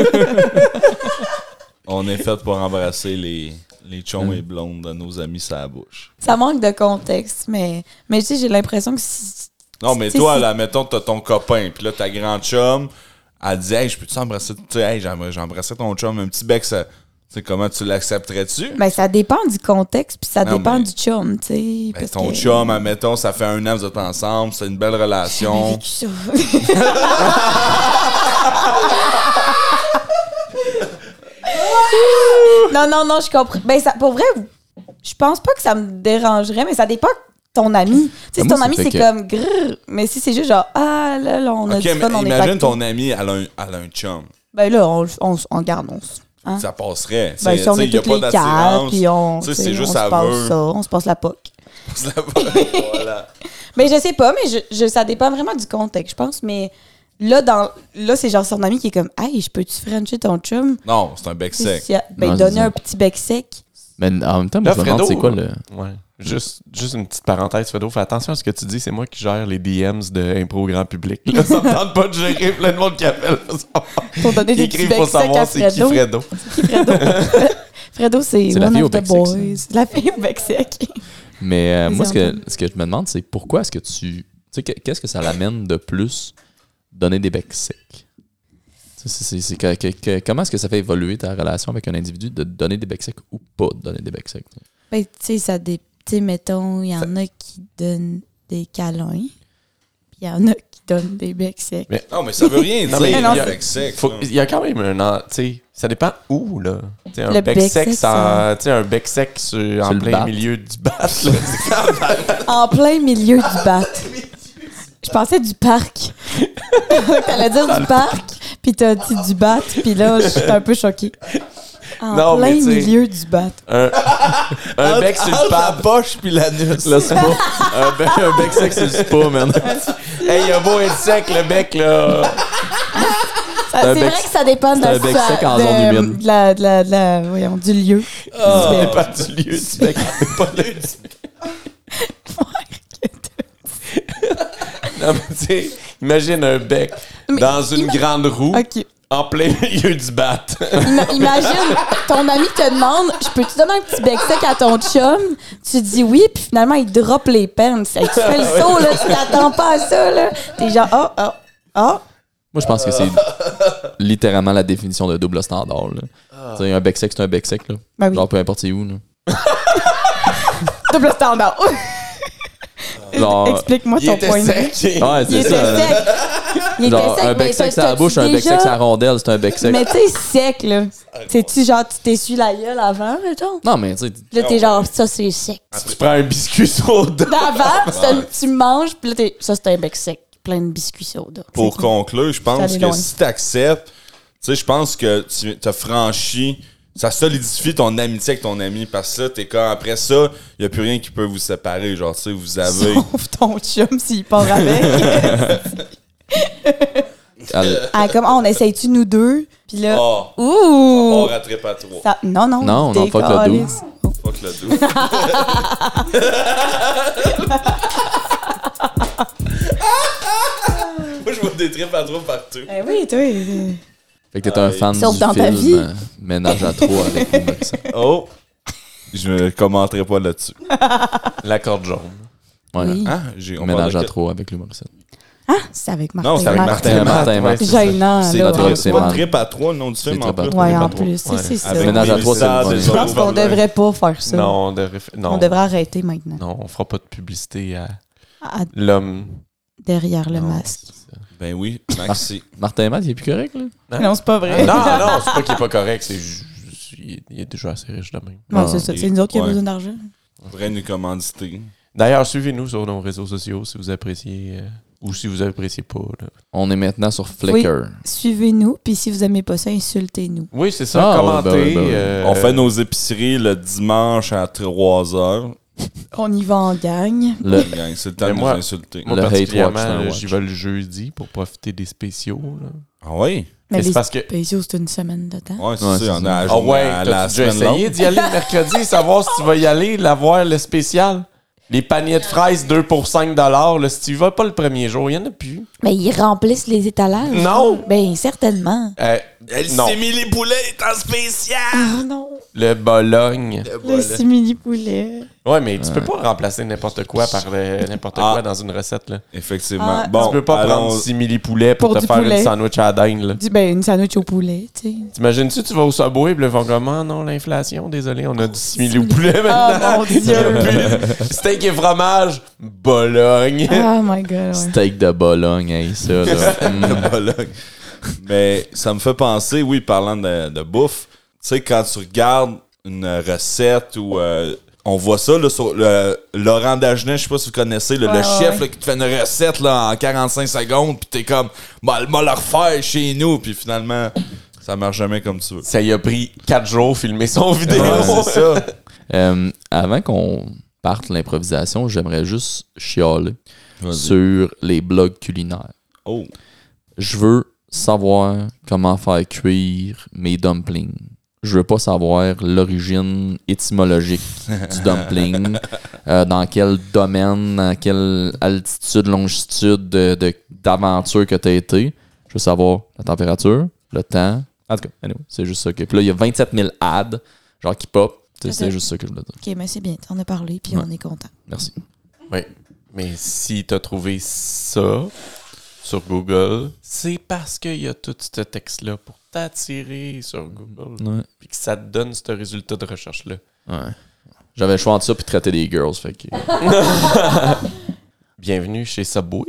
A: On est fait pour embrasser les, les chons et blondes de nos amis sur la bouche.
C: ça manque de contexte, mais, mais tu sais, j'ai l'impression que si-
A: Non, mais
C: C'est-
A: toi,
C: c'est-
A: là, mettons, t'as ton copain, puis là, ta grande chum, elle dit, hey, je peux-tu embrasser, tu sais, hey, j'aimerais- j'embrassais ton chum, un petit bec, ça. Tu sais, comment tu l'accepterais-tu?
C: ben, ça dépend du contexte, puis ça
A: Non,
C: dépend
A: mais-
C: du chum, tu sais.
A: Ben,
C: parce
A: ton
C: que-
A: chum, admettons, ça fait un an que vous êtes ensemble, c'est une belle
C: J'ai
A: relation.
C: vécu ça. <laughs> non, non, non, je comprends. Ben, ça, pour vrai, je pense pas que ça me dérangerait, mais ça dépend ton ami. Tu sais, si
D: Ben, moi,
C: ton
D: ça
C: ami,
D: fait
C: c'est
D: que-
C: comme grrr, mais si c'est juste genre, ah, là, là, on a
A: Ok,
C: du fun,
A: mais
C: on est
A: imagine
C: pacté.
A: ton ami, elle a un, elle a un chum.
C: Ben là, on, on, on garde, on se... hein?
A: Ça passerait.
C: Ben, si on est
A: il y a
C: toutes
A: pas
C: les quatre,
A: d'attirance.
C: puis on,
A: Tu sais,
C: tu
A: c'est
C: sais, on
A: juste
C: se
A: à
C: passe
A: veut. <laughs>
C: ça, on se passe la poque.
A: Voilà.
C: Mais Ben, je sais pas, mais je, je- ça dépend vraiment du contexte, je pense. Mais là, dans là c'est genre son ami qui est comme Hey, je peux-tu frencher ton chum?
A: Non, c'est un bec sec.
C: Si- Ben,
D: Non, c'est
C: donner
D: ça.
C: un petit bec sec.
D: Mais en même temps, moi,
B: Là,
D: je me demande
B: Fredo,
D: c'est quoi le.
B: Ouais. Juste, juste une petite parenthèse, Fredo. Fais attention à ce que tu dis. C'est moi qui gère les DMs de Impro Grand Public. Là, <laughs> ça me tente pas de gérer plein de monde qui appelle. pour savoir-
C: Pour donner
B: qui
C: des petits
B: écrivent pour
C: becs secs
B: savoir
C: à
B: c'est qui Fredo.
C: Fredo. Fredo, Fredo c'est <laughs>
D: C'est la
C: one
D: fille
C: of
D: au
C: the
D: bec sec, ça.
C: boys. La fille au bec sec.
D: Mais euh,
C: Les
D: moi, ce que,
C: enfants.
D: ce que je me demande, c'est pourquoi est-ce que tu. Tu sais, que- qu'est-ce que ça l'amène de plus donner des becs secs? Tu sais, c'est- c'est- c'est que- que- que- comment est-ce que ça fait évoluer ta relation avec un individu de donner des becs secs ou pas de donner des becs secs? tu sais?
C: Ben, tu sais, ça dé... Tu sais, mettons, il y en a qui donnent des câlins, puis il y en a qui donnent des becs secs.
A: Non, mais ça veut rien dire,
B: Non, mais il y a-
A: un bec sec.
B: Faut-
A: là.
B: Il y a quand même <laughs> un. an- Tu sais, ça dépend où, là. Tu sais, un
C: Le
B: bec,
C: bec
B: sec,
C: sec,
B: ça- tu sais, un bec sec sur- en
D: le
B: plein
D: bat.
B: milieu du bat,
A: <laughs>
B: là. C'est quand même-
C: En plein milieu du bat. Je pensais du parc. T'allais dire du parc, puis t'as dit du bat, puis là, je suis un peu choquée. En
B: Non, mais
C: plein
B: tu sais-
C: milieu du bat.
B: un, un bec
A: Ah,
B: sur le pad.
A: poche puis l'anus.
D: Le spa. un, bec, un bec sec, c'est le spa, man.
C: <laughs>
B: Hey, il a beau être sec, le bec, là.
C: Ça-
D: un
C: C'est
D: bec-
C: vrai que ça dépend de
D: c'est
C: la,
D: un bec sec en
C: de-
D: zone humide.
C: de la- de la- de la- voyons, du lieu.
B: Ça
C: Du bec.
B: dépend du lieu du bec. pas le- Non, mais tu sais, imagine un bec
C: Mais
B: dans une
C: ima-
B: grande roue
C: OK.
B: en plein <laughs> milieu du bat.
C: Ima- imagine, ton ami te demande Je peux-tu donner un petit bec sec à ton chum Tu dis oui, puis finalement, il drop les pens. Hey, Tu fais le saut, là, tu t'attends pas à ça. là. T'es genre Oh, oh, oh.
D: Moi, je pense que c'est littéralement la définition de double standard. là. Tu sais, un bec sec, c'est un bec sec. Là.
C: Ben oui.
D: Genre, peu importe c'est où. Là.
C: Double standard.
D: Genre,
C: Explique-moi
B: Ah, Il
C: ton
B: était
C: point de vue.
B: sec.
D: ouais,
C: Euh, Il
D: c'est
C: était
D: ça. là.
C: sec. Il était
D: Genre,
C: sec.
D: un
C: mais
D: bec sec,
C: t'as-
D: c'est la
C: t'as-tu
D: bouche, un bec
C: déjà-
D: sec, c'est la rondelle, c'est un bec sec.
C: Mais tu sais, sec, là. T'es-tu genre, tu t'essuies la gueule avant, mettons?
D: Non, mais tu sais,
C: Là, t'es genre, ça, c'est sec.
B: Tu prends un biscuit soda.
C: D'avant, ça, tu manges, puis là, t'es. Ça, c'est un bec sec, plein de biscuits soda.
A: Pour conclure, je pense
C: allé
A: que
C: loin.
A: si t'acceptes, tu sais, je pense que tu as franchi, ça solidifie ton amitié avec ton ami parce que là, t'es comme après ça, il y a plus rien qui peut vous séparer. Genre, tu sais, vous avez.
C: <laughs> Sauf ton chum s'il part avec.
D: elle-
C: ah, comme, ah, on essaye-tu nous deux? Puis là,
A: Oh, on
C: ouh!
A: rattrape à trois.
C: Ça- non, non,
D: Non, non, fuck le
C: décalisse.
A: Fuck le doux. Moi, je vois des tripes à trois partout.
C: Eh oui, toi. euh,
D: fait que t'es un fan
C: Sauf
D: du
C: dans ta
D: film
C: vie.
D: euh, Ménage à trois avec les mecs, ça.
A: Oh! Je ne commenterai pas là-dessus.
B: La corde jaune.
C: <laughs>
D: Ouais.
C: Oui.
A: Hein? J'ai, on
D: Ménage
A: parle
D: à
A: de-
D: trois avec les Morissette.
C: Ah, c'est avec Martin.
A: Non, c'est avec
C: Matt.
A: Martin. Martin,
D: Martin, Martin.
C: Gênant,
A: C'est
C: là.
D: notre
A: Ah, pas
D: c'est
A: pas
D: mal.
A: trip à trois, le nom du
D: C'est
A: film en
D: trip à
A: plus.
D: trois.
C: Ouais, en
D: Avec
C: plus, c'est
B: ouais.
C: c'est ça.
A: Avec
D: Ménage à
A: Mélissa
D: trois, c'est le bon.
A: des
C: Je pense qu'on
A: Aubervilles.
C: devrait pas faire ça.
B: Non, on devrait- non.
C: On devrait arrêter maintenant.
B: Non, on fera pas de publicité à
C: Ah,
B: L'homme.
C: derrière le
B: Non,
C: masque.
B: c'est ça.
A: Ben oui, Maxi.
D: Martin Matt, il est plus correct, là?
C: Non, c'est pas vrai.
B: Non, non, c'est pas qu'il est pas correct, c'est ju- ju- il est- il est déjà assez riche de même.
C: Non, c'est ça. C'est nous autres qui
A: Ouais.
C: avons besoin d'argent.
A: Vrai nous commanditer.
B: D'ailleurs, suivez-nous sur nos réseaux sociaux si vous appréciez euh, ou si vous appréciez pas. là.
D: On est maintenant sur Flickr.
C: Suivez-nous, puis si vous aimez pas ça, insultez-nous.
B: Oui, c'est ça.
D: Ah,
B: commentez.
D: ouais, ben ouais, ben ouais.
B: euh,
A: On fait nos épiceries le dimanche à 3h.
C: On y va en gang.
D: Le-
A: Gang, C'est le temps
B: Mais
A: de nous
B: moi-
A: insulter.
B: Moi, ben-
D: Le hate watch,
B: particulièrement,
D: c'est un
B: là,
D: watch.
B: j'y vais le jeudi pour profiter des spéciaux. là.
A: Ah oui?
C: Mais
B: Mais c'est
C: les
B: parce que.
C: spéciaux, c'est une semaine de temps.
A: Ouais, c'est
D: Ouais, c'est
A: ça. On a à
B: Ah ouais,
A: à la
B: t'as-tu déjà
A: semaine
B: essayé
A: longue.
B: d'y aller
A: <laughs>
B: le mercredi, savoir si tu vas y aller, l'avoir le spécial? Les paniers de fraises 2 pour 5 là, si tu y vas pas le premier jour, il y en a plus.
E: Mais Ben, ils remplissent les étalages.
B: Non.
E: Ben, certainement.
B: Euh, non,
A: mis les poulets en spécial!
C: Ah non!
B: le Bologne.
C: Le simili poulet.
B: Ouais, mais tu peux pas remplacer n'importe quoi par le- n'importe
A: Ah.
B: quoi dans une recette. Là.
A: Effectivement.
C: Ah,
A: bon,
B: tu peux pas
A: allons-
B: prendre 6 mille poulets pour,
C: Pour
B: te
C: du
B: faire
C: poulet.
B: une sandwich à la dinde. là.
C: Dis, ben, une sandwich au poulet, tu sais.
B: T'imagines-tu, tu vas au Subway, puis là, ils vont comme, Ah non, l'inflation, désolé, on a du 6 mille poulets maintenant.
C: Ah, mon Dieu.
B: Puis, <laughs> Steak et fromage, Bologne.
C: Oh my god, ouais.
D: Steak de Bologne, hey, ça, là.
A: <laughs>
D: Mm.
A: de Bologne. Mais ça me fait penser, oui, parlant de, de bouffe, tu sais, quand tu regardes une recette ou. euh, on voit ça là, sur le, Laurent Dagenet, je sais pas si vous connaissez, là, le
B: Ah,
C: Ouais,
A: chef
C: ouais.
A: là, qui te fait une recette là, en 45 secondes, puis t'es comme, bah,
B: <laughs>
A: le la refaire chez nous, puis finalement, ça marche jamais comme tu veux.
B: Ça y a pris 4 jours filmer son vidéo.
A: Ouais, c'est ça.
D: Euh, avant qu'on parte l'improvisation, j'aimerais juste chialer
A: Vas-y.
D: sur les blogs culinaires.
A: Oh.
D: Je veux savoir comment faire cuire mes dumplings. Je veux pas savoir l'origine étymologique du
A: <laughs>
D: dumpling, euh, dans quel domaine, à quelle altitude, longitude de- de- d'aventure que tu as été. Je veux savoir la température, le temps. En tout cas, anyway, c'est juste ça. Que... Puis là, il y a 27 000 ads, genre qui pop. Tu sais, C'est
C: Ok.
D: juste ça que je voulais dire.
C: Ok, mais c'est bien. On a parlé, puis
D: Ouais.
C: on est content.
D: Merci.
B: Oui. Mais si t'as trouvé ça sur Google, c'est parce qu'il y a tout ce texte-là pour t'attirer sur Google.
D: Ouais.
B: Puis que ça te donne ce résultat de recherche-là.
D: J'avais le choix entre ça puis traiter des girls. Fait que...
B: Bienvenue chez Subway.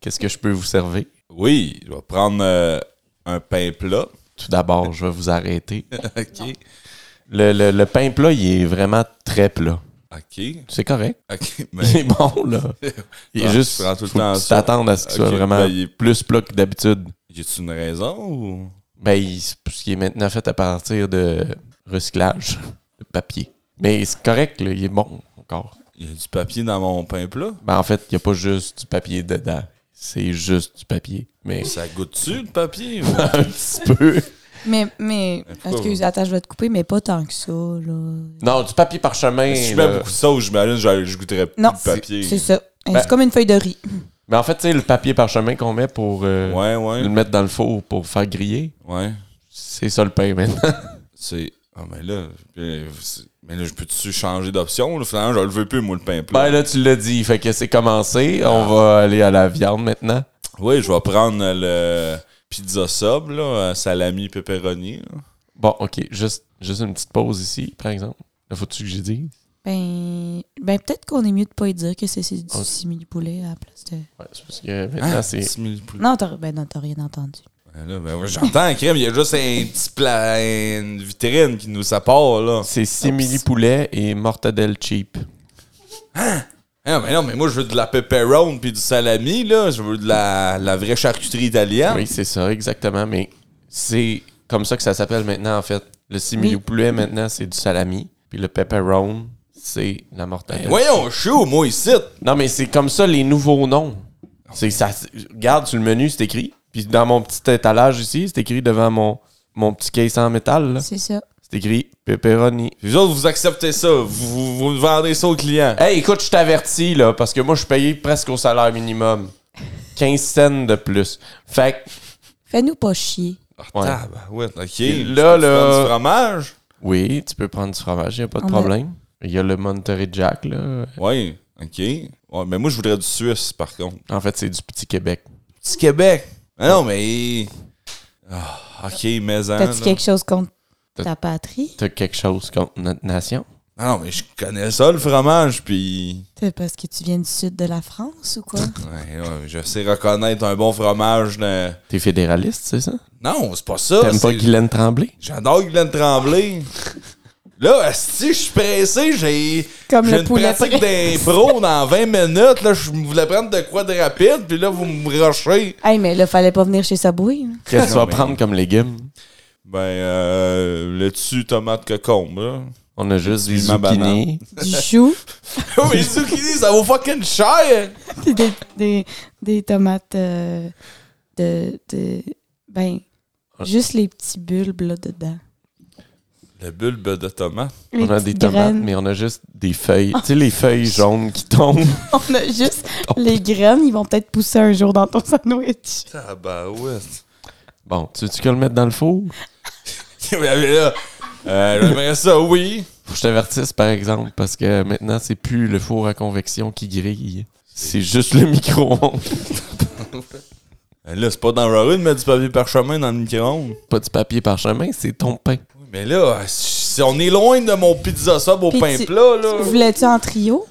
B: Qu'est-ce que je peux vous servir?
A: Oui, je vais prendre euh, un pain plat. <laughs>
B: Tout d'abord, je vais vous arrêter.
A: OK.
B: Le, le- le pain plat, il est vraiment très plat.
A: OK.
B: C'est correct.
A: OK.
B: <laughs> Il
A: Mais
B: est bon,
A: <laughs>
B: là. Il est
A: Ouais,
B: juste.
A: tu prends tout le
B: faut
A: temps
B: que tu
A: ça.
B: t'attendes à ce qu'il soit
A: Ok,
B: vraiment
A: ben, il est-
B: plus plat que d'habitude.
A: y a-tu une raison ou.
B: Ben, il, ce qui est maintenant fait à partir de recyclage de papier. Mais c'est correct, là, il est bon encore.
A: Il y a du papier dans mon pain plat.
B: Ben, en fait, il n'y a pas juste du papier dedans. C'est juste du papier. Mais <laughs>
A: Ça goûte-tu le papier? ou-
B: un petit peu.
C: Mais, mais,
A: pourquoi
C: excuse, attends, je vais te couper, mais pas tant que ça, là.
B: Non, du papier parchemin.
A: Si <laughs> je
B: là.
A: mets beaucoup de sauce, j'imagine que je goûterais plus
C: Non,
A: de papier.
C: C'est ça. Hein,
B: Ben-
C: C'est comme une feuille de riz.
B: Mais Ben, en fait, tu sais, le papier parchemin qu'on met pour euh,
A: Ouais,
B: le
A: ouais.
B: mettre dans le four pour faire griller,
A: Ouais.
B: c'est ça le pain maintenant.
A: C'est. Ah, mais là. euh, c'est- Mais là, je peux-tu changer d'option? là? Finalement, je le veux plus, moi, le pain plat.
B: ben là, tu l'as dit, fait que c'est commencé. On va aller à la viande maintenant.
A: Oui, je vais prendre le pizza sub, là, euh, salami, pepperoni. là.
B: Bon, OK, juste, juste une petite pause ici, par exemple. Là, Faut-tu que j'ai dit?
C: Ben, ben peut-être qu'on est mieux de pas y dire que c'est c'est du
B: Ok.
C: simili-poulet à la place de...
B: Ouais, c'est parce que maintenant, Ah, c'est...
A: Ah, Six mille plus.
C: Non, t'as ben non, t'as rien entendu.
A: Ben là, ben ouais, j'entends, crème, il y a juste un petit plat, une vitrine qui nous sépare, là.
B: C'est simili poulet et mortadelle cheap.
A: Ah, mais non, mais moi, je veux de la pepperoni puis du salami, là. Je veux de la, la vraie charcuterie italienne.
B: Oui, c'est ça, exactement. Mais c'est comme ça que ça s'appelle maintenant, en fait. Le simili
C: Oui.
B: poulet, maintenant, c'est du salami. Puis le pepperone, c'est la mortadelle.
A: Voyons, je suis où, moi, ici?
B: Non, mais c'est comme ça les nouveaux noms. C'est ça. c'est- Regarde sur le menu, c'est écrit. Puis dans mon petit étalage ici, c'est écrit devant mon, mon petit case en métal. là.
C: C'est ça.
B: C'est écrit pepperoni.
A: Les autres, vous acceptez ça. Vous, vous, vous vendez ça aux clients.
B: Hey, écoute, je t'avertis, là, parce que moi, je suis payé presque au salaire minimum. 15 cents de plus. Fait que
C: Fais-nous pas chier.
B: Ouais.
A: Ah, Tabarouette, OK.
B: là,
A: Tu prends
B: là-
A: du fromage?
B: Oui, tu peux prendre du fromage, il a pas de
C: On a-
B: problème. Il y a le Monterey Jack, là.
A: Oui, OK. Ouais, mais moi, je voudrais du Suisse, par contre.
B: En fait, c'est du petit Québec.
A: Petit Québec. Ah non, mais... Ah, OK, hein, mais...
C: T'as-tu quelque chose contre ta patrie?
B: T'as quelque chose contre notre nation?
A: Non, non, mais je connais ça, le fromage, puis...
C: C'est parce que tu viens du sud de la France ou quoi?
A: Ouais, ouais, je sais reconnaître un bon fromage. de-
B: T'es fédéraliste, c'est ça?
A: Non, c'est pas ça.
B: T'aimes pas
A: Ah, c'est-
B: Guylaine Tremblay?
A: J'adore Guylaine <laughs> Tremblay. Là, si je suis pressé, j'ai
C: Comme
A: j'ai
C: le
A: une
C: poulet
A: pratique d'impro dans 20 minutes. Là, je voulais prendre de quoi de rapide, puis là, vous me rushez.
C: hey, mais là, fallait pas venir chez hein. Saboué.
A: <laughs>
B: Qu'est-ce que tu vas
A: mais-
B: prendre comme légumes?
A: Ben, euh, le dessus, tomate, cocombe, là.
B: On a juste des
A: Ma banane. <laughs>
B: zucchini.
C: Du chou,
A: Oh, mais zucchini, ça vaut fucking cher!
C: puis des, des, des tomates euh, de, de. Ben,
B: Ah.
C: juste les petits bulbes là dedans.
A: Le bulbe de tomate.
C: Les
B: On a des
C: petites
B: tomates,
C: graines. Ah.
B: mais on a juste des feuilles. Tu sais, les feuilles jaunes qui tombent.
C: <laughs> On a juste
B: Oh.
C: les graines, ils vont peut-être pousser un jour dans ton sandwich.
A: Ah, bah ouais. <laughs>
B: Bon, tu veux-tu que le mette dans le four?
A: là, euh, j'aimerais ça, oui.
B: Faut que je t'avertisse, par exemple, parce que maintenant, c'est plus le four à convection qui grille. C'est juste le micro-ondes. <laughs>
A: Là, c'est pas dangereux de mettre du papier parchemin dans le micro-ondes.
B: Pas du papier parchemin, c'est ton pain.
A: Mais là, si on est loin de mon pizza sub au
C: Puis
A: pain
C: tu-
A: plat, là.
C: Voulais-tu en trio?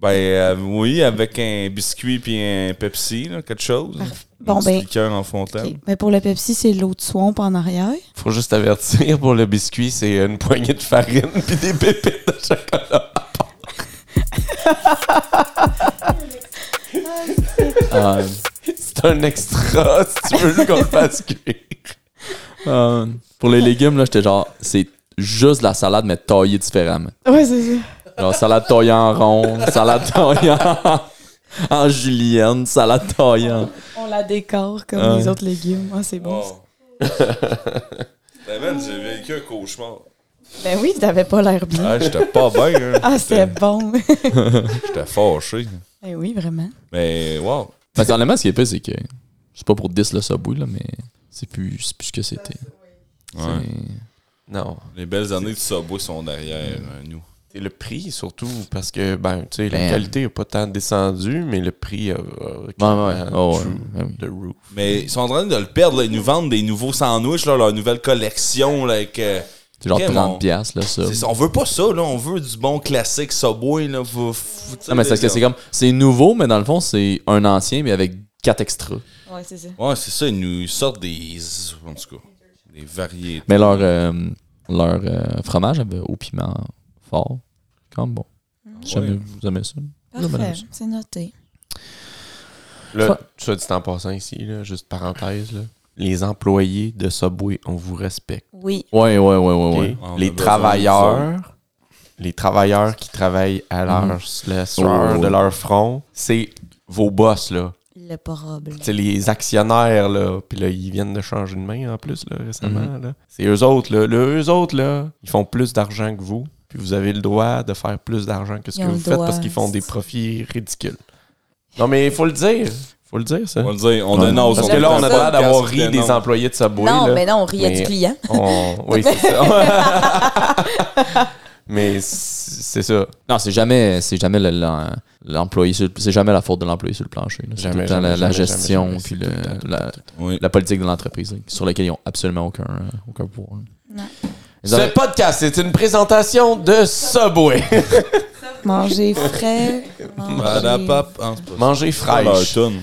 A: Ben euh, oui, avec un biscuit puis un Pepsi, là, quelque chose.
C: Bon,
A: Un petit
C: ben.
A: liqueur en
B: Ah.
A: fontaine.
C: Ok. Mais Ben, pour le Pepsi, c'est l'eau de swamp en arrière.
B: Faut juste t'avertir, pour le biscuit, c'est une poignée de farine <laughs> puis des pépites de chocolat.
D: Ah,
B: C'est un extra si tu veux qu'on le fasse cuire.
D: <laughs> euh, pour les légumes, là, j'étais genre, c'est juste la salade, mais taillée différemment.
C: Ouais, c'est ça.
D: Genre, salade taillée en rond, salade taillée en, <laughs> en julienne, salade taillée en...
C: On la décore comme
D: Ah.
C: les autres légumes. Ah, c'est bon.
A: Wow. <laughs> ben man, j'ai vécu un cauchemar.
C: Ben oui, t'avais pas l'air bien.
A: Ah, j'étais pas bien, hein.
C: Ah, c'était <laughs> bon.
A: J'étais fâché.
C: ben oui, vraiment.
A: Mais wow.
D: Parce qu'en allemand, ce qui est épais, c'est que... C'est pas pour 10 le Subway, là, mais c'est plus, c'est plus ce que c'était.
A: Ouais.
B: Non.
A: Les belles années du Subway sont derrière euh, nous.
B: C'est le prix, surtout, parce que, ben, tu sais, la
D: Ben.
B: qualité n'a pas tant descendu, mais le prix a... a-
D: Ouais, ouais, ouais. Oh, ouais,
B: through
D: ben oui.
B: the roof.
A: Mais ils sont en train de le perdre, là. Ils nous vendent des nouveaux sandwichs, là, leur nouvelle collection, là, avec... euh,
D: C'est genre
A: Ok,
D: 30
A: bon.
D: piastres, là, ça.
A: c'est- on veut pas ça, là. On veut du bon classique Subway, là. Vous- vous-
D: Non, mais c'est parce que c'est comme... C'est nouveau, mais dans le fond, c'est un ancien, mais avec quatre extras.
C: Ouais, c'est ça.
A: Ouais, c'est ça. Ils nous sortent des... En tout cas, des variétés.
D: Mais leur, euh, leur euh, fromage avait au piment fort. Quand même bon. Si jamais
A: Ouais.
D: vous aimez ça. vous aimez
C: Parfait,
D: ça.
C: c'est noté.
B: Là, tu as dit en passant ici, là, juste parenthèse, là. Les employés de Subway, on vous respecte.
C: Oui.
D: Ouais, ouais, ouais, ouais.
B: ok?
D: ouais.
A: On a besoin
B: les
A: de
B: travailleurs, les travailleurs qui travaillent à l'heure, la sueur
D: Mhm. Oh.
B: de leur front, c'est vos boss, là.
C: Le poroble.
B: C'est les actionnaires, là. Puis là, ils viennent de changer de main, en plus, là,
D: Mhm.
B: récemment, là. C'est eux autres, là. Là, Eux autres, là, ils font plus d'argent que vous. Puis vous avez le droit de faire plus d'argent que ce
C: Ils
B: que
C: ont
B: vous
C: le
B: faites
C: droit.
B: parce qu'ils font des profits ridicules. Non, mais il faut le dire. faut le dire, ça.
A: On va le dire, on
D: Ouais.
A: dénonce.
B: Parce que là, on
A: fait
B: a l'air
A: un podcast
B: d'avoir
A: qui
B: ri des
A: dénonce.
B: employés de Subway.
C: Non,
B: là.
C: mais non, on riait
B: Mais-
C: du client.
B: On- Oh, Oui, c'est ça. mais c'est ça.
D: Non, c'est jamais, c'est jamais le- le- l'employé, sur- c'est jamais la faute de l'employé sur le plancher. là. C'est
B: Jamais,
D: tout le temps
B: jamais,
D: la, la
B: jamais,
D: gestion
B: jamais, jamais.
D: puis
B: C'est
D: le-
B: tout le temps, tout
D: la,
A: Oui.
D: la politique de l'entreprise là, sur laquelle ils ont absolument aucun, euh, aucun pouvoir. Ils
B: Ce
D: auraient-
B: podcast, c'est une présentation de Subway.
C: Manger frais. manger...
A: Badapap, hein, c'est pas
B: Manger
A: ça. Leur
B: fraîche.
A: tune.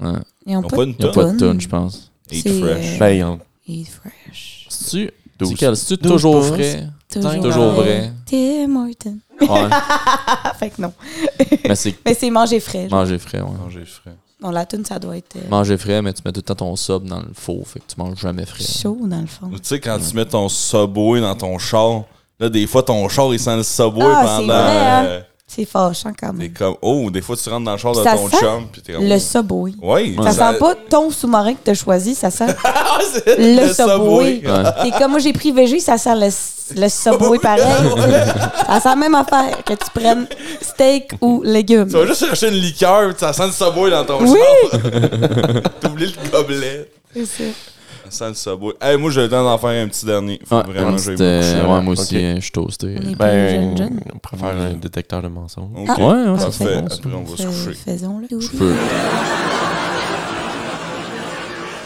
D: Ouais.
A: Ils
C: Ils ont
A: ont pas
C: pas de
A: une
D: hein, Ils
A: tonne.
D: n'ont pas de tonne, je pense.
A: Eat
C: C'est,
A: fresh.
C: euh,
B: Ben, ils ont-
C: Eat fresh.
D: C'est-tu
B: Douze.
D: c'est-tu
B: Douze
D: toujours
B: pouces.
D: frais?
C: Toujours,
D: Toujours vrai.
C: vrai. Tim Horton.
D: Ouais.
C: Ah, <laughs> fait que non.
D: mais c'est
C: Mais c'est manger frais. genre.
D: manger frais, ouais.
A: Manger frais.
C: Bon, la toune, ça doit être euh,
D: Manger frais, mais tu mets tout le temps ton sub dans le four, fait que tu manges jamais frais.
C: chaud, dans le fond.
A: Tu sais, quand tu mets ton subway dans ton char, là, des fois, ton char, il sent le subway
C: Ah, c'est
A: pendant.
C: vrai, hein?
A: euh,
C: C'est fâchant quand
A: T'es
C: même.
A: comme, oh, des fois, tu rentres dans le char de
C: Ça
A: ton
C: sent
A: chum, pis t'es comme.
C: Le Subway.
A: Ouais,
C: Ça
A: <laughs>
C: sent pas ton sous-marin que t'as choisi, ça <laughs> sent le,
A: le
C: Subway.
A: Subway.
D: Ouais.
C: T'es comme moi, j'ai pris VG, ça sent le, s- le <laughs> Subway pareil. ça sent la même affaire que tu prennes steak ou légumes.
A: Tu vas juste chercher une liqueur, pis ça sent le subway dans ton
C: Oui! <laughs>
A: char. <laughs> T'as oublié le gobelet.
C: C'est ça.
A: Ça sent le subway. Hey, moi, j'ai le temps d'en faire un petit dernier. Faut
D: Ouais,
A: vraiment,
D: une
A: que j'aille
D: petite, euh,
A: me coucher.
D: ouais, moi aussi,
B: Ok.
D: hein, je suis toasté.
C: On est
B: ben,
C: plus jeune, jeune.
B: on préfère un détecteur de mensonges.
A: Ok.
D: Ouais, ouais, ça
A: Parfait.
D: fait bon. ça.
A: Après, on va se
C: Fais-
A: coucher.
C: Faisons-le.
D: Je peux.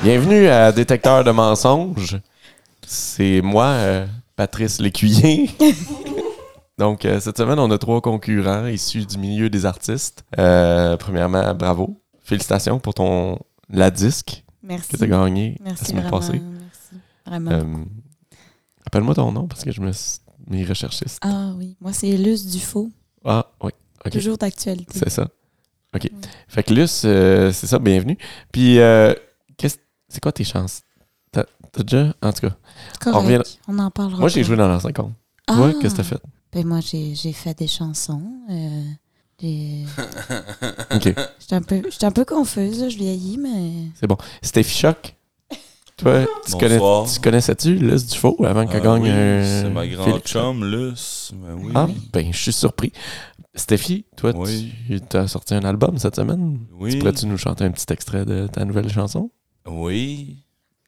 B: Bienvenue à Détecteur de
C: <laughs>
B: mensonges. C'est moi, euh, Patrice Lécuyer.
E: Donc, euh, cette semaine, on a trois concurrents issus du milieu des artistes. Euh, premièrement, bravo. Félicitations pour ton la disque
C: Merci.
E: que tu as gagné la
C: Merci
E: semaine
C: vraiment.
E: passée.
C: Merci. Vraiment.
E: Euh, Appelle-moi ton nom parce que je me suis mis recherchiste.
C: Ah oui, moi c'est Luce Dufaux.
E: Ah, oui, Ok.
C: Toujours d'actualité.
E: c'est ça. OK. Fait que Luce, euh, c'est ça, bienvenue. Puis, euh, qu'est-ce- c'est quoi tes chances? T'as t'as déjà... En tout cas,
C: Correct.
E: On
C: On,
E: revient-
C: en parlera.
E: moi, j'ai
C: pas.
E: joué dans l'an 50.
C: Ah!
E: Toi, qu'est-ce que t'as fait?
C: Ben moi j'ai j'ai fait des chansons. euh, des-
E: OK.
C: J'étais un peu j'étais un peu confuse, là, je vieillis mais
E: C'était Fichoc. Toi, tu, connais,
A: Bonsoir. Ah Euh,
E: tu connaissais-tu Luce Dufaux avant qu'elle gagne
A: oui,
E: un.
D: euh,
A: C'est ma grande
E: Félix-
A: chum, Luce. Ben oui.
E: Ah, ben, je suis surpris. Stéphie, toi,
A: Oui.
E: tu as sorti un album cette semaine.
A: Oui.
E: Tu pourrais-tu nous chanter un petit extrait de ta nouvelle chanson?
A: Oui.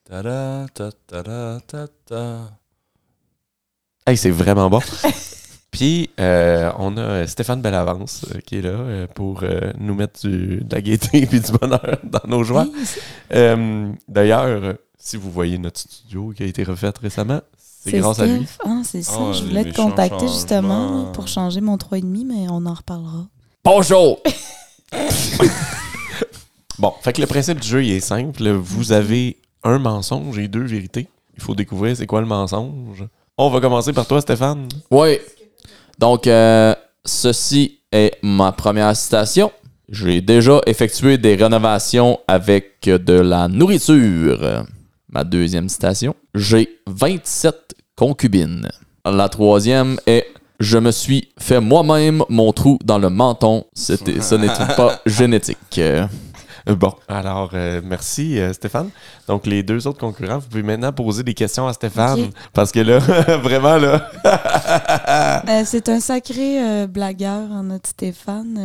A: Ta-da, ta-ta-da, ta-ta.
E: Hey, c'est vraiment
A: <laughs>
E: bon. Puis, euh, on a Stéphane Bellavance euh, qui est là euh, pour euh, nous mettre du, de la gaieté <laughs> et du bonheur dans nos joies. Euh, D'ailleurs, euh, si vous voyez notre studio qui a été refait récemment, c'est grâce à
C: Steph.
E: lui.
C: Ah, c'est ça,
A: Ah,
C: je
A: les
C: voulais te
A: méchants
C: contacter
A: changements.
C: justement là, pour changer mon 3,5 mais on en reparlera. <laughs>
D: Bonjour!
E: Bon, fait que le principe du jeu, il est simple. Vous avez un mensonge et deux vérités. Il faut découvrir c'est quoi le mensonge. On va commencer par toi, Stéphane.
D: Oui. Donc, euh, ceci est ma première citation. J'ai déjà effectué des rénovations avec de la nourriture. Ma deuxième citation. J'ai 27 concubines. La troisième est Je me suis fait moi-même mon trou dans le menton. C'était- Ce <laughs> n'était pas génétique.
E: Euh, Bon, alors, euh, merci, euh, Stéphane. Donc, les deux autres concurrents, vous pouvez maintenant poser des questions à Stéphane.
C: Ok.
E: Parce que là, <laughs> vraiment, là. Ah.
C: Euh, c'est un sacré euh, blagueur, hein, notre Stéphane.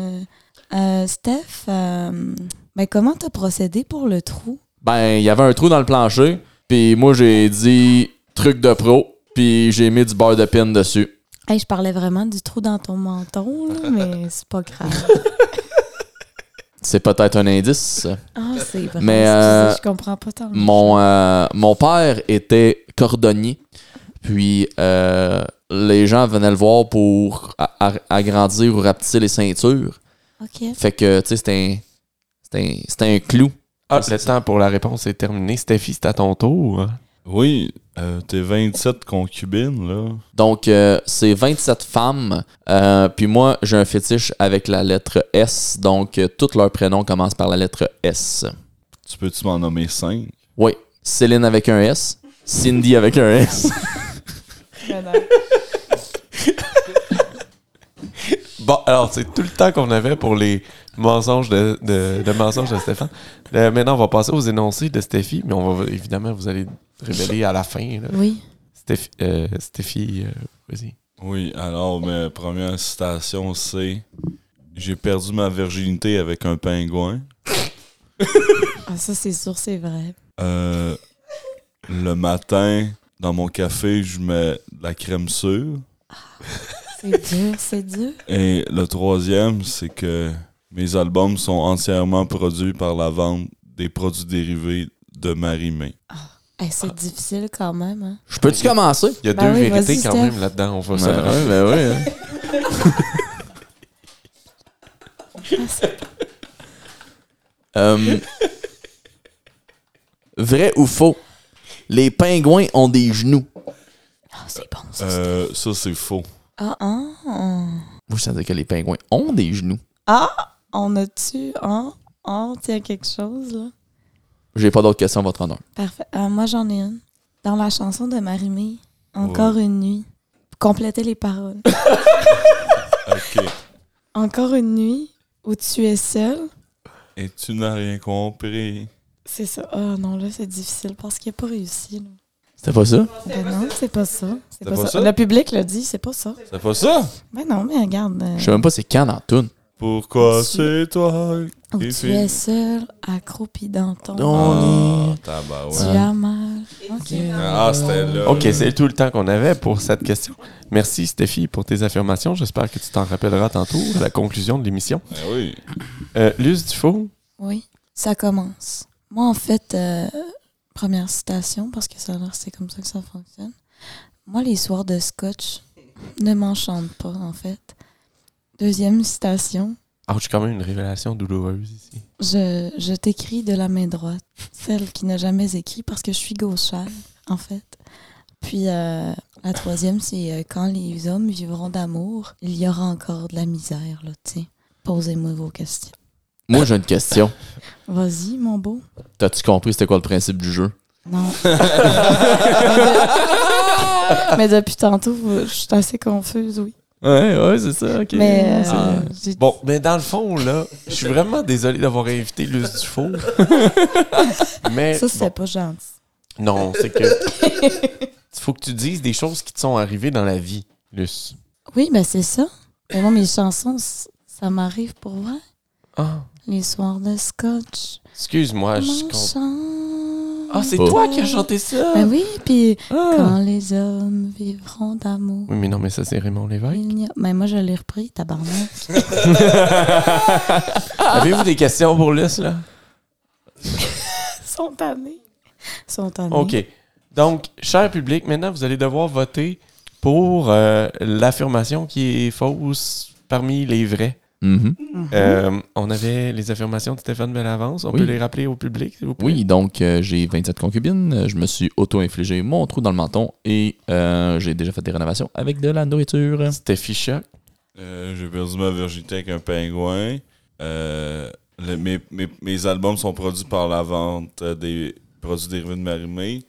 C: Euh, euh, Steph, euh, ben, comment t'as procédé pour le trou?
D: Ben, il y avait un trou dans le plancher. Puis moi, j'ai dit truc de pro. Puis j'ai mis du beurre de pin dessus.
C: Hey, je parlais vraiment du trou dans ton menton,
E: <laughs>
C: là, mais c'est pas grave.
D: C'est peut-être un indice.
C: Ah, c'est vrai.
D: Mais,
C: excusez,
D: euh,
C: je comprends pas tant.
D: Mon, euh, mon père était cordonnier. Puis euh, les gens venaient le voir pour a- a- agrandir ou rapetisser les ceintures.
C: OK.
D: Fait que, tu sais, c'était un, c'était un- c'était un clou.
E: Ah, le temps pour la réponse est terminé. Stéphie, c'est à ton tour.
A: Oui, euh, t'es 27 concubines, là.
D: Donc, euh, c'est 27 femmes. Euh, puis moi, j'ai un fétiche avec la lettre S. Donc, euh, tous leurs prénoms commencent par la lettre S.
A: Tu peux-tu m'en nommer 5?
D: Oui, Céline avec un S. Cindy avec un S.
E: Bon, alors, c'est tout le temps qu'on avait pour les mensonges de, de, de mensonges de Stéphane. Euh, maintenant, on va passer aux énoncés de Stéphie, mais on va évidemment, vous allez révéler à la fin. là.
C: Oui.
E: Stéph- euh, Stéphie, euh, vas-y.
A: Oui, alors, ma première citation, c'est J'ai perdu ma virginité avec un pingouin.
C: Ah, ça, c'est sûr, c'est vrai.
A: Euh, le matin, dans mon café, je mets de la crème sûre.
C: C'est
E: <laughs>
C: dur, c'est dur.
A: Et le troisième, c'est que mes albums sont entièrement produits par la vente des produits dérivés de Marie-Mé.
C: Hey, c'est difficile quand même. Hein.
D: <laughs> Je peux-tu commencer?
E: Il y a
C: Ben
E: deux
C: oui,
E: vérités
C: vas-y,
E: quand
C: Steph.
E: même là-dedans, on va se
D: Ben
E: le
D: ouais, ben ouais, hein.
C: Ah,
D: Hum, vrai ou faux? Les pingouins ont des genoux.
I: Ah, c'est bon, ça.
A: Euh, ça, c'est faux.
C: Ah, ah.
D: Vous savez que les pingouins ont des genoux.
C: Ah, on a-tu un? Ah, tiens, quelque chose, là.
D: J'ai pas d'autres questions, votre honneur.
C: Parfait. Euh, moi, j'en ai une. Dans la chanson de Marimé, Encore une nuit. Complétez les paroles. <coughs>
A: OK.
C: Encore une nuit où tu es seul.
A: Et tu n'as rien compris.
C: C'est ça. Oh non, là, c'est difficile parce qu'il n'a pas réussi. là.
D: C'était pas ça?
C: Ben non, c'est pas ça. C'est pas,
A: pas
C: ça.
A: ça?
C: Le public l'a dit, c'est pas ça.
A: C'est pas ça?
C: Ben non, mais regarde. euh,
D: Je sais même pas c'est quand dans la toune.
A: Pourquoi
C: Tu-
A: c'est toi?
C: où
A: Et
C: tu
A: puis-
C: es seul, accroupi dans ton.
A: Ah,
D: On
A: tabarouette.
C: Tu as mal. Ok.
A: Ah, c'était là.
E: Ok, c'est tout le temps qu'on avait pour cette question. Merci Stéphie pour tes affirmations. J'espère que tu t'en rappelleras tantôt à la conclusion de l'émission.
A: Ben oui.
E: Euh, Luce Dufault,
C: Oui, ça commence. Moi, en fait, euh, première citation, parce que ça a l'air que c'est comme ça que ça fonctionne. Moi, les soirs de scotch, Ne m'enchante pas, en fait. Deuxième citation.
B: Ah, j'ai quand même une révélation douloureuse ici.
C: Je, je t'écris de la main droite, celle qui n'a jamais écrit parce que je suis gauchère, en fait. Puis euh, la troisième, c'est euh, quand les hommes vivront d'amour, il y aura encore de la misère, là, tu sais. Posez-moi vos questions.
D: Moi, j'ai une question.
C: Vas-y, mon beau.
D: T'as-tu <laughs> compris c'était quoi le principe du jeu? <laughs>
C: Non. <laughs> mais, de- mais depuis tantôt, je suis assez confuse, oui.
D: Ouais, ouais, c'est ça, ok.
C: Mais euh,
D: Ah.
C: j'ai-
B: Bon, mais dans le fond, là, je suis vraiment désolé d'avoir invité Luce
C: <laughs>
B: Dufour. mais
C: ça, c'était pas gentil.
B: bon, non, c'est que. Il faut que tu dises des choses qui te sont arrivées dans la vie, Luce.
C: Oui, ben c'est ça. Mais moi, mes chansons, c- ça m'arrive pour vrai.
B: Ah,
C: Les soirs de scotch.
B: excuse-moi, je
C: mon
B: comprends.
C: chant.
B: Ah, c'est
D: Pas.
B: toi qui as chanté ça!
C: Ben oui, puis
B: Ah.
C: quand les hommes vivront d'amour.
B: Oui, mais non, mais ça, c'est Raymond Lévesque.
C: il n'y a- Mais moi, je l'ai repris, tabarnak. Ah.
B: Avez-vous des questions pour Luce, là?
C: Ils sont tannés. Ils sont tannés.
B: OK. Donc, cher public, maintenant, vous allez devoir voter pour euh, l'affirmation qui est fausse parmi les vraies.
D: Mhm.
B: Euh, on avait les affirmations de Stéphane Bellavance. On
D: Oui.
B: peut les rappeler au public, s'il vous plaît?
D: Oui, donc euh, j'ai 27 concubines, euh, je me suis auto-infligé mon trou dans le menton et euh, j'ai déjà fait des rénovations avec de la nourriture.
B: C'était
D: <laughs>
B: Ficha.
A: Euh, J'ai perdu ma virginité avec un pingouin. Euh, le- mes, mes- mes albums sont produits par la vente euh, des produits dérivés de Marimé.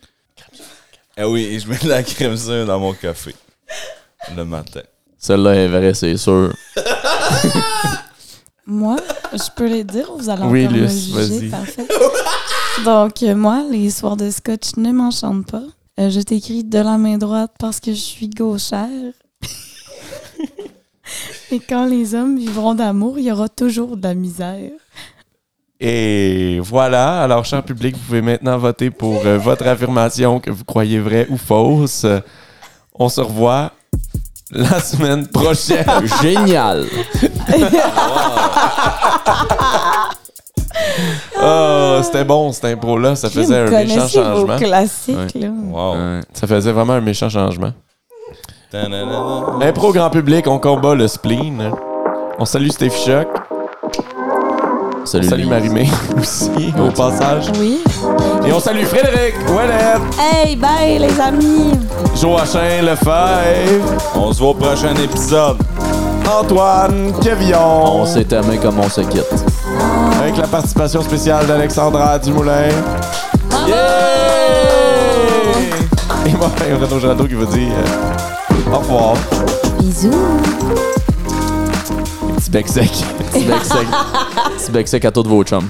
A: Ah oui, et je mets de la crème sure dans mon café le matin.
D: Celle-là est vraie, c'est sûr.
C: Moi, je peux les dire ou vous allez
B: Oui,
C: encore me
B: Luce, vas-y.
C: juger? Parfait. Donc, euh, moi, les soirs de scotch ne m'enchantent pas. Euh, je t'écris de la main droite parce que je
B: <laughs>
C: suis gauchère. Et quand les hommes vivront d'amour, il y aura toujours de la misère.
B: Et voilà. Alors, cher public, vous pouvez maintenant voter pour euh, votre affirmation que vous croyez vraie ou fausse. Euh, On se revoit la semaine prochaine.
D: Génial!
B: oh, c'était bon, cette impro-là. Ça
C: Vous
B: faisait un méchant
C: connaissez vos
B: changement.
C: classiques, là.
A: Wow.
D: Ouais.
B: Ça faisait vraiment un méchant changement.
A: Ta-da-da-da.
B: Impro grand public, on combat le spleen. On salue Steve Shock. On
D: Salut,
B: salue
D: Lise.
B: Marimé <laughs> aussi, au passage.
C: Oui.
B: Et on salue Frédéric, Ouellette,
C: Hey, bye, les amis!
B: Joachim Lefebvre,
A: On se voit au prochain épisode.
B: Antoine
D: On
B: Quevillon.
D: s'est aimé comme on se quitte.
B: Avec la participation spéciale d'Alexandra Dumoulin. Yeah! Et moi, Renaud Jadot qui vous dit euh, au revoir.
C: Bisous!
B: Petit bec sec.
D: Petit bec sec. Petit bec sec à tous vos chums.